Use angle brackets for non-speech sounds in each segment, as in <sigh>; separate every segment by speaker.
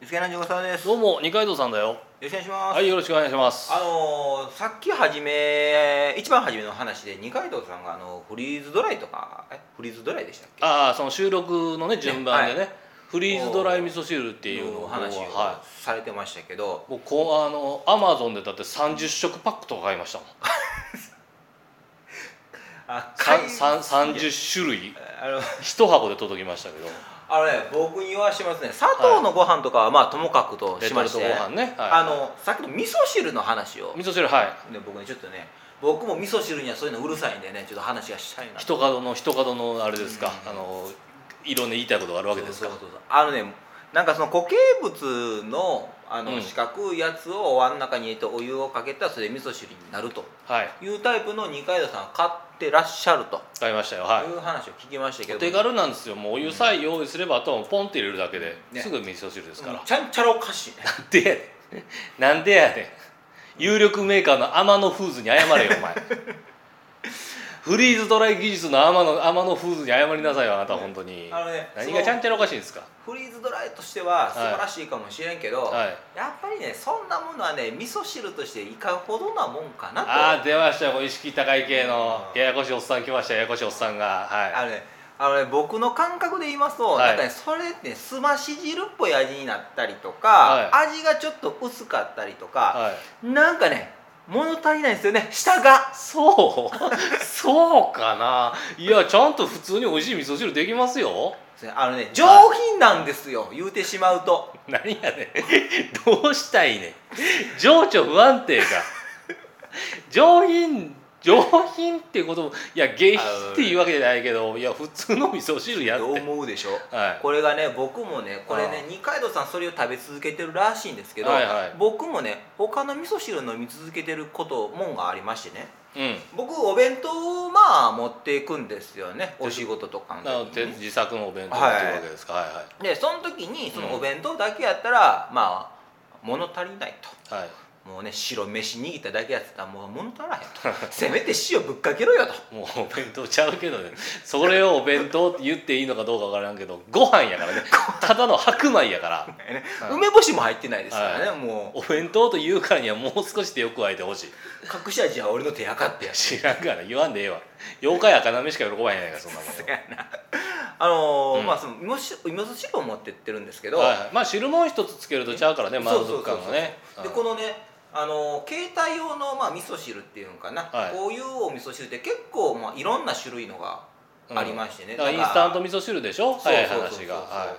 Speaker 1: ゆすけなじごさです
Speaker 2: どうも二階堂さんだよ。
Speaker 1: よろしくお願いします、
Speaker 2: はい、よろしくお願いします。
Speaker 1: あのーさっき初め一番初めの話で二階堂さんがあのフリーズドライとかえフリーズドライでしたっけ
Speaker 2: ああ、その収録のね順番でね、
Speaker 1: は
Speaker 2: フリーズドライ味噌汁って
Speaker 1: て
Speaker 2: いうのを
Speaker 1: 話を
Speaker 2: は
Speaker 1: されてましたけど、
Speaker 2: い。僕こうあのアマゾンでだって三十食パックとか買いましたもん。
Speaker 1: あ
Speaker 2: 三三三十種類
Speaker 1: あの
Speaker 2: 一箱で届きましたけど。
Speaker 1: あのね僕に言わしてますね砂糖のご飯とかはまあともかくと
Speaker 2: レ
Speaker 1: し
Speaker 2: ト
Speaker 1: ま
Speaker 2: ル
Speaker 1: し
Speaker 2: ト
Speaker 1: て、
Speaker 2: ご飯ね。はい、
Speaker 1: あのさっきの味噌汁の話を、
Speaker 2: 味噌汁はい。
Speaker 1: ね、僕ねちょっとね僕も味噌汁にはそういうのうるさいんでねちょっと話がしたいなと
Speaker 2: 一角の一角のあれですか。
Speaker 1: うん
Speaker 2: あのいろんな言いたいことがあるわけですか
Speaker 1: そう。そうそうあのねなんかその固形物のあの、
Speaker 2: うん
Speaker 1: 四角いやつをお椀の中に入れてお湯をかけたらそれで味噌汁になると
Speaker 2: はい。
Speaker 1: いうタイプの二階堂さんが買ってらっしゃると
Speaker 2: 買いましたよ。はい
Speaker 1: い。う話を聞きましたけ
Speaker 2: お
Speaker 1: ど
Speaker 2: 手軽なんですよ。もうお湯さえ用意すれば、あとはもうポンって入れるだけで、
Speaker 1: ね
Speaker 2: すぐ味噌汁ですから
Speaker 1: うん。ちゃんちゃらおかしい
Speaker 2: <laughs>
Speaker 1: ね
Speaker 2: なんでやねんなんでやねん有力メーカーの天野フーズに謝れよお
Speaker 1: <laughs>
Speaker 2: 前フリーズドライ技術の天野天野フーズに謝りなさいよあなた本当に、
Speaker 1: あのね
Speaker 2: 何がちゃんちゃらおかしいんですか
Speaker 1: フリーズドライとしては素晴らしいかもしれんけど、
Speaker 2: はい
Speaker 1: やっぱりねそんなものはね味噌汁としていかほどなもんかなと
Speaker 2: ああ出ましたよこう意識高い系の
Speaker 1: うん
Speaker 2: ややこしいおっさん来ましたよややこしいおっさんがは
Speaker 1: あのねあのね僕の感覚で言いますと、
Speaker 2: はい
Speaker 1: なんかねそれってねすまし汁っぽい味になったりとか、
Speaker 2: は
Speaker 1: 味がちょっと薄かったりと
Speaker 2: い、
Speaker 1: か、
Speaker 2: はい、
Speaker 1: なんかね物足りないんですよね下が
Speaker 2: そう <laughs> そうかないやちゃんと普通に美味しい味噌汁できますよ
Speaker 1: あのね上品なんですよ、言うてしまうと
Speaker 2: 何やねんどうしたいねん情緒不安定か上品上品っていうこともいや下品っていうわけじゃないけどいや普通の味噌汁やって
Speaker 1: どう思うでしょ
Speaker 2: はい
Speaker 1: これがね僕もねこれね
Speaker 2: あ
Speaker 1: 二階堂さんそれを食べ続けてるらしいんですけど、
Speaker 2: はいはい
Speaker 1: 僕もね他の味噌汁飲み続けてることもんがありましてね
Speaker 2: うん
Speaker 1: 僕お弁当をまあ持っていくんですよねお仕事とかの時
Speaker 2: なの
Speaker 1: に
Speaker 2: で自作のお弁当っていうわけですかはいは
Speaker 1: でその時にそ
Speaker 2: うん
Speaker 1: のお弁当だけやったら、まあ物足りないと
Speaker 2: いはい、
Speaker 1: もうね白飯握っただけやってたらもう物足らへ
Speaker 2: <laughs>
Speaker 1: んとせめて塩ぶっかけろよと
Speaker 2: もうお弁当ちゃうけどねそれをお弁当って言っていいのかどうかわからんけどご飯やからねただの白米やから
Speaker 1: ね
Speaker 2: はい
Speaker 1: 梅干しも入ってないですからね、
Speaker 2: は
Speaker 1: も
Speaker 2: お弁当というからにはもう少しでよく焼いてほしいう
Speaker 1: 隠し味は俺の手やかってやし
Speaker 2: 知らんから言わんでええわ妖怪赤なめしか喜ばへんやないかそんなもんは
Speaker 1: あのー
Speaker 2: うん
Speaker 1: まあその味噌汁味噌汁を持ってってるんですけど、
Speaker 2: はいはい、まあ汁もん一つつけるとちゃうからね満
Speaker 1: そうそうそう
Speaker 2: 足感がね
Speaker 1: でこのねあのー携帯用の、まあ、味噌汁っていうんかな、
Speaker 2: はい
Speaker 1: こういうお味噌汁って結構、まあ、いろんな種類のがありましてね、
Speaker 2: だからインスタント味噌汁でしょ
Speaker 1: そう
Speaker 2: 早い
Speaker 1: そうそうそう
Speaker 2: 話がは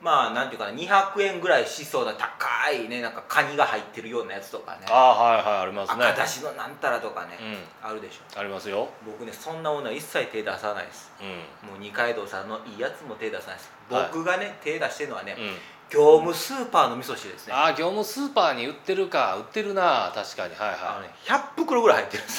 Speaker 1: まあなんていうかな200円ぐらいしそうな高いねなんかカニが入ってるようなやつとかね
Speaker 2: いああはいはいありますね
Speaker 1: 赤だしのなんたらとかね、
Speaker 2: う
Speaker 1: あるでしょ
Speaker 2: んありますよ
Speaker 1: 僕ねそんなものは一切手出さないです
Speaker 2: うん、
Speaker 1: もう二階堂さんのいいやつも手出さないです
Speaker 2: はい
Speaker 1: 僕がね、手出してるのはね、
Speaker 2: うん、
Speaker 1: 業務スーパーの味噌汁ですね
Speaker 2: ああ業務スーパーに売ってるか売ってるな確かにはい
Speaker 1: あの
Speaker 2: は
Speaker 1: ね100袋ぐらい入ってるんです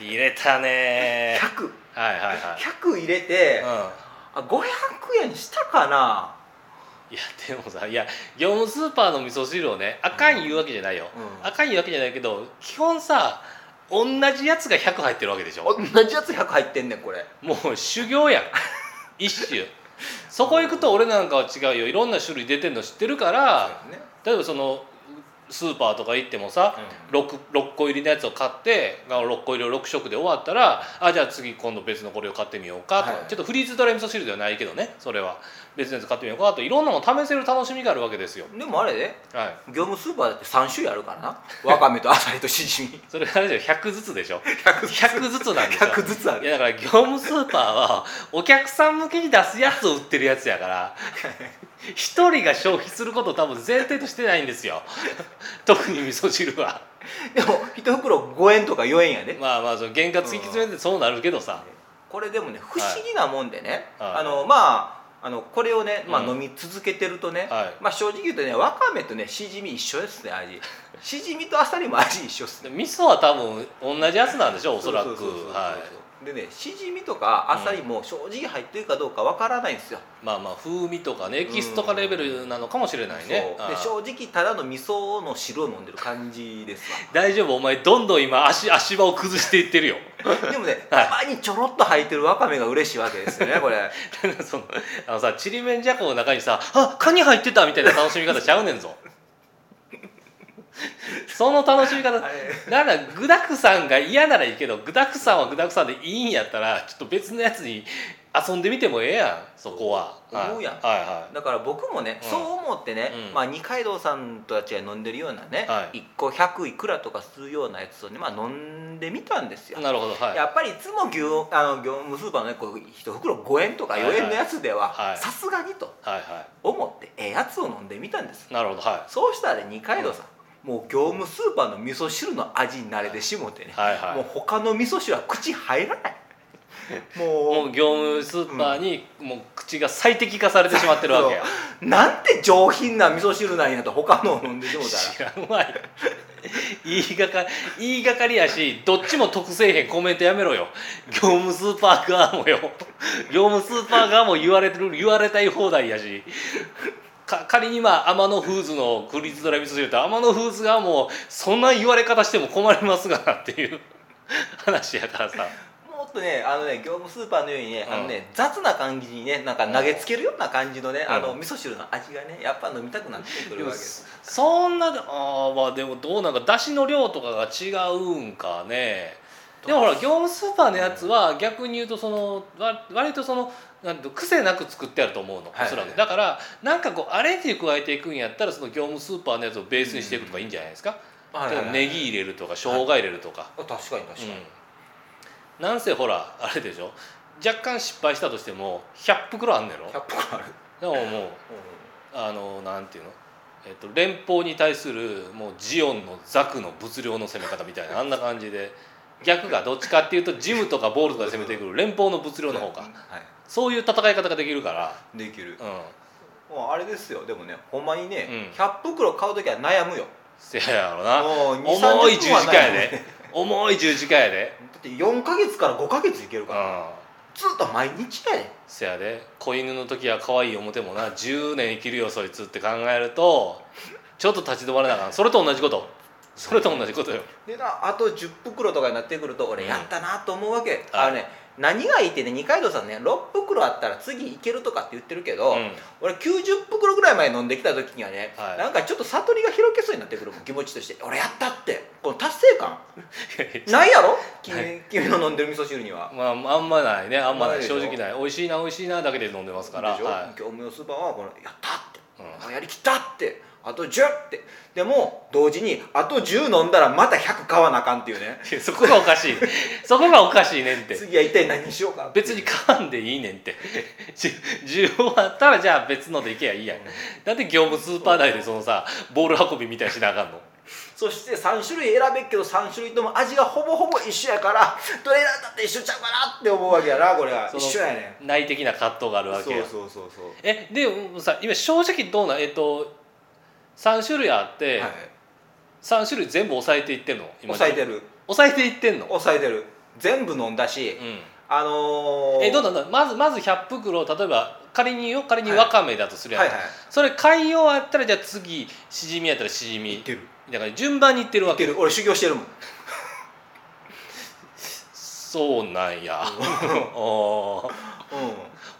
Speaker 2: い入れたね
Speaker 1: 100
Speaker 2: はいはいはい、
Speaker 1: 100入れて、
Speaker 2: うん
Speaker 1: あ500円したかない
Speaker 2: やでもさいや業務スーパーの味噌汁をねあかん言うわけじゃないよ、
Speaker 1: うん
Speaker 2: あかん言うわけじゃないけど基本さ同じやつが100入ってるわけでしょ
Speaker 1: 同じやつ100入ってんねんこれ
Speaker 2: もう修行やん <laughs> 一種そこ行くと俺なんかは違うよいろんな種類出てるの知ってるから
Speaker 1: ね
Speaker 2: 例えばそのスーパーとか行ってもさ、
Speaker 1: う
Speaker 2: 6, 6個入りのやつを買って6個入りを6色で終わったらあじゃあ次今度別のこれを買ってみようかとか、
Speaker 1: はい
Speaker 2: ちょっとフリーズドライ味噌汁ではないけどねそれは別のやつ買ってみようかといろんなもの試せる楽しみがあるわけですよ
Speaker 1: でもあれね
Speaker 2: はい
Speaker 1: 業務スーパーだって3種類あるからなわかめとアサリとシジミ
Speaker 2: それあれでしょ100ずつでし
Speaker 1: <laughs>
Speaker 2: ょ
Speaker 1: 100
Speaker 2: 100ずつなんでしょ
Speaker 1: ずつあ
Speaker 2: いやだから業務スーパーはお客さん向けに出すやつを売ってるやつや
Speaker 1: <laughs>
Speaker 2: から一人が消費することを多分前提としてないんで
Speaker 1: <laughs>
Speaker 2: すよ特に味噌汁は
Speaker 1: でも1袋5円とか4円やで、
Speaker 2: まあまあその原価突き詰めてそうなるけどさ、
Speaker 1: これでもね不思議なもんでね、
Speaker 2: はい
Speaker 1: あのまああのこれをね、まあ、
Speaker 2: うん
Speaker 1: 飲み続けてるとね、
Speaker 2: はい
Speaker 1: まあ正直言うとねわかめとねシジミ一緒ですね味シジミとアサリも味一緒っすね
Speaker 2: で味噌は多分同じやつなんでしょおそらく
Speaker 1: そうそうそうそうそう
Speaker 2: は
Speaker 1: でねしじみとかあさりも正直入ってるかどうかわからないんですよ、
Speaker 2: まあまあ風味とかねエキスとかレベルなのかもしれないね
Speaker 1: そう
Speaker 2: あ
Speaker 1: で
Speaker 2: あ
Speaker 1: 正直ただの味噌の汁を飲んでる感じですわ
Speaker 2: 大丈夫お前どんどん今足足場を崩していってるよ
Speaker 1: でもね
Speaker 2: はい
Speaker 1: たまにちょろっと入ってるわかめが嬉しいわけですよねこれ
Speaker 2: なんか <laughs> そのあのさちりめんじゃこの中にさ「あカニ入ってた」みたいな楽しみ方ちゃうねんぞ <laughs> その楽しみ方
Speaker 1: あれ
Speaker 2: なら具だくさんが嫌ならいいけど具だくさんは具だくさんでいいんやったらちょっと別のやつに遊んでみてもええやんそこは
Speaker 1: そう思うやん
Speaker 2: はいは
Speaker 1: だから僕もね、
Speaker 2: うん
Speaker 1: そう思ってね、
Speaker 2: うん
Speaker 1: まあ、二階堂さんとたちが飲んでるようなね、
Speaker 2: はい
Speaker 1: 一1個100いくらとかするようなやつをね、まあ、飲んでみたんです
Speaker 2: い
Speaker 1: よ
Speaker 2: はい、なるほどはい
Speaker 1: やっぱりいつも牛あの業務スーパーのねこう一袋5円とか4円のやつでは
Speaker 2: はいはい
Speaker 1: さすがにと
Speaker 2: はいは
Speaker 1: 思ってええやつを飲んでみたんです
Speaker 2: いなるほどは
Speaker 1: そうしたら二階堂さん、もう業務スーパーの味噌汁の味に慣れてしもてね
Speaker 2: い、はいはい
Speaker 1: もう他の味噌汁は口入ら
Speaker 2: <laughs>
Speaker 1: ないも
Speaker 2: もう業務スーパーにもう口が最適化されてしまってるわけや
Speaker 1: うなんて上品な味噌汁なんやと他のを飲んでしもたら
Speaker 2: 知らんわい言いがかり言いがかりやしどっちも得せえへんコメントやめろよ業務スーパー側もよ業務スーパー側も言われてる言われたい放題やしか仮にまあ天野フーズのクリズドラミス汁と天野フーズ側もそんな言われ方しても困りますがなっていう話やからさ
Speaker 1: <laughs> もっとねあのね業務スーパーのようにね,、
Speaker 2: うん
Speaker 1: あのね雑な感じにねなんか投げつけるような感じのね、
Speaker 2: うん
Speaker 1: あの味噌汁の味がねやっぱ飲みたくなってく
Speaker 2: で
Speaker 1: るわ
Speaker 2: も
Speaker 1: けです
Speaker 2: そんなでああまあでもどうなんか出汁の量とかが違うんかねでもほら業務スーパーのやつは逆に言うとそのわ割とそのなんていうの癖なく作ってあると思うの、
Speaker 1: はい
Speaker 2: おそらくだからなんかこうアレンジ加えていくんやったらその業務スーパーのやつをベースにしていくとかいいんじゃないですか、
Speaker 1: はい
Speaker 2: 例えばネギ入れるとか生姜入れるとか、
Speaker 1: あ確かに確かに、
Speaker 2: うん、なんせほらあれでしょ若干失敗したとしても100袋あんねやろ
Speaker 1: 100袋ある、
Speaker 2: でももうあのなんていうの、えっと、連邦に対するもうジオンのザクの物量の攻め方みた <laughs> いなあんな感じで逆がどっちかっていうとジムとかボールとかで攻めてくる連邦の物量の方か
Speaker 1: は
Speaker 2: そういう戦い方ができるから、
Speaker 1: いできる、
Speaker 2: うん、
Speaker 1: もうあれですよでもねほんまにね、
Speaker 2: うん
Speaker 1: 100袋買う時は悩むよ
Speaker 2: せややろな
Speaker 1: もう2 3
Speaker 2: 重い十字架や
Speaker 1: ね
Speaker 2: で重い十字架やで、
Speaker 1: <laughs> だって4か月から5か月いける
Speaker 2: う
Speaker 1: から、
Speaker 2: ん、
Speaker 1: ずっと毎日やで
Speaker 2: せやで子犬の時は可愛い思てもな10年生きるよそいつって考える <laughs> とちょっと立ち止まらなあかんそれと同じことそれと同じことよ
Speaker 1: でなあと10袋とかになってくると俺
Speaker 2: うん
Speaker 1: やったなと思うわけ、
Speaker 2: はい
Speaker 1: あのね何がいいってね二階堂さんね6袋あったら次いけるとかって言ってるけど、
Speaker 2: うん
Speaker 1: 俺90袋ぐらい前飲んできた時にはね、
Speaker 2: はい
Speaker 1: なんかちょっと悟りが広げそうになってくる
Speaker 2: <laughs>
Speaker 1: もん気持ちとして俺やったってこの達成感ないやろ君,、君の飲んでる味噌汁には
Speaker 2: まあ、あんまないねあんまない
Speaker 1: ないでし
Speaker 2: 正
Speaker 1: ょ
Speaker 2: 直ない美味しいな美味しいなだけで飲んでますから
Speaker 1: でしょ、
Speaker 2: は
Speaker 1: 業務用スーパーはこのやったって、
Speaker 2: うん
Speaker 1: あやりきったってあと10ってでも同時にあと10飲んだらまた100買わなあかんっていうね
Speaker 2: い、いやそこがおかしい <laughs> そこがおかしいねんって
Speaker 1: 次は一体何にしようかっていう
Speaker 2: 別に買わんでいいねん
Speaker 1: <laughs>
Speaker 2: ってじ需要あったらじゃあ別のでいけやいいやんなんで業務スーパー内でそのさボール運びみたいにしなあかんの
Speaker 1: そして3種類選べっけど3種類とも味がほぼほぼ一緒やからどれ選んだって一緒ちゃうかなって思うわけやなこれは
Speaker 2: そ
Speaker 1: 一
Speaker 2: の
Speaker 1: 緒やね
Speaker 2: 内的な葛藤がある
Speaker 1: ん
Speaker 2: わけや
Speaker 1: そうそうそう
Speaker 2: えでもさ今正直どうなんえっと3種類あって、
Speaker 1: はい
Speaker 2: 三3種類全部抑えていってんの今
Speaker 1: 抑えてる
Speaker 2: 抑えていってんの
Speaker 1: 抑えてる全部飲んだし、
Speaker 2: うん
Speaker 1: あのー、
Speaker 2: えどう
Speaker 1: だ
Speaker 2: なんだまずまず100袋例えば仮によ仮に
Speaker 1: はい
Speaker 2: わかめだとするやん、
Speaker 1: はいはい
Speaker 2: それ海洋あったらじゃあ次しじみやったらしじ
Speaker 1: いっ
Speaker 2: み
Speaker 1: てる
Speaker 2: だから順番にいってる
Speaker 1: い
Speaker 2: わ
Speaker 1: って
Speaker 2: け
Speaker 1: る俺修行してるもん
Speaker 2: そうなんや <laughs> おー
Speaker 1: う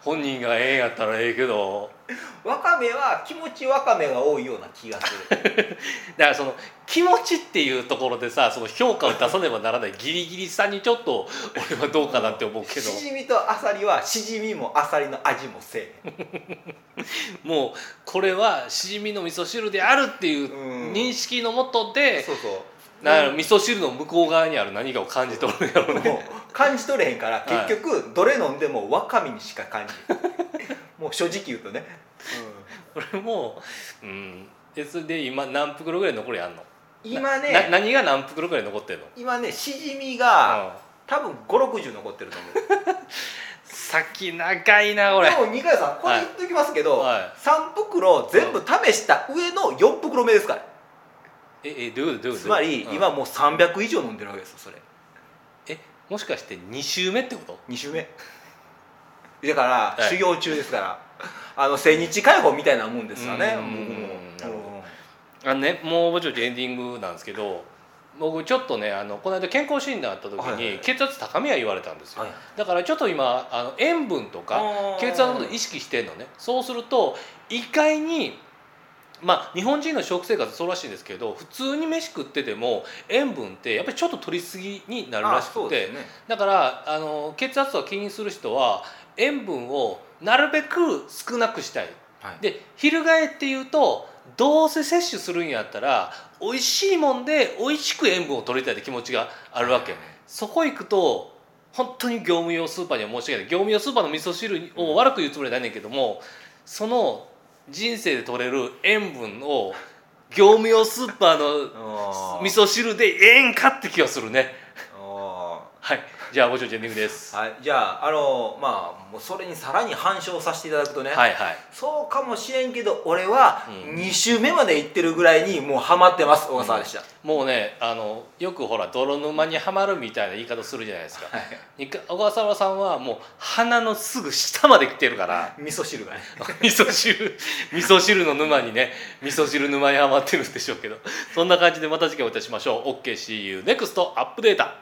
Speaker 2: 本人がええんやったらええけど
Speaker 1: んわかめは気持ちわかめが多いような気がする
Speaker 2: だからその気持ちっていうところでさその評価を出さねばならないギリギリさにちょっと俺はどうかなって思う <laughs> けど
Speaker 1: しじみとあさりはしじみもあさりの味もせえへん
Speaker 2: もうこれはしじみの味噌汁であるっていう
Speaker 1: うん
Speaker 2: 認識のもとで、
Speaker 1: そうそう
Speaker 2: なんやろ味噌汁の向こう側にある何かを感じ取るんやろうね
Speaker 1: もう感じ取れへんから
Speaker 2: はい
Speaker 1: 結局どれ飲んでもわかめにしか感じる
Speaker 2: <laughs>
Speaker 1: もう正直言うとね、
Speaker 2: 俺もうんえそれで今何袋ぐらい残りあんの
Speaker 1: 今
Speaker 2: な
Speaker 1: ね
Speaker 2: 何が何袋ぐらい残ってんの
Speaker 1: 今ねしじみが
Speaker 2: うん
Speaker 1: 多分560残ってると思う
Speaker 2: 先長いなこれ
Speaker 1: でも二階さんこれ言っときますけど、
Speaker 2: はいはい
Speaker 1: 3袋全部試した上の4袋目ですから、
Speaker 2: ええどういうことどういうこと
Speaker 1: つまり
Speaker 2: うん
Speaker 1: 今もう300以上飲んでるわけですよそれ
Speaker 2: えもしかして2週目ってこと
Speaker 1: 2週目だから、
Speaker 2: はい
Speaker 1: 修行中ですからあの千日解放みたいなもんですよね僕
Speaker 2: うん
Speaker 1: もうん
Speaker 2: あのねもうぼちぼちエンディングなんですけど僕ちょっとねあのこの間健康診断あった時に、
Speaker 1: はいはいはい
Speaker 2: 血圧高めは言われたんですよ、
Speaker 1: はい
Speaker 2: だからちょっと今あの塩分とか
Speaker 1: あー
Speaker 2: 血圧のこと意識してんのねそうすると意外にまあ日本人の食生活そうらしいんですけど普通に飯食ってても塩分ってやっぱりちょっと取りすぎになるらし
Speaker 1: あそ
Speaker 2: く
Speaker 1: う
Speaker 2: て
Speaker 1: ですね
Speaker 2: だからあの血圧を気にする人は塩分をなるべく少なくしたい
Speaker 1: はい
Speaker 2: で翻って言うとどうせ摂取するんやったら美味しいもんで美味しく塩分を取りたいって気持ちがあるわけそこ行くと本当に業務用スーパーには申し訳ない業務用スーパーの味噌汁を悪く言うつもりはないねんけどもその人生で取れる塩分を業務用スーパーの
Speaker 1: あー
Speaker 2: 味噌汁でええんかって気がするね
Speaker 1: あ
Speaker 2: はいじゃあごちょエンディングです
Speaker 1: ーはいじゃああのまあもうそれにさらに反証させていただくとね、
Speaker 2: はいはい
Speaker 1: そうかもしれんけど俺は
Speaker 2: うん
Speaker 1: 2週目まで行ってるぐらいにもうハマってます小笠原でした、
Speaker 2: もうねあのよくほら泥沼にはまるみたいな言い方するじゃないですか、にか小笠原さんはもう鼻のすぐ下まで来てるから
Speaker 1: 味噌汁がね
Speaker 2: <laughs> 味噌汁味噌汁の沼にね味噌汁沼にはまってるんでしょうけどそんな感じでまた次回お会いいたしましょう OKCUNEXT アップデータ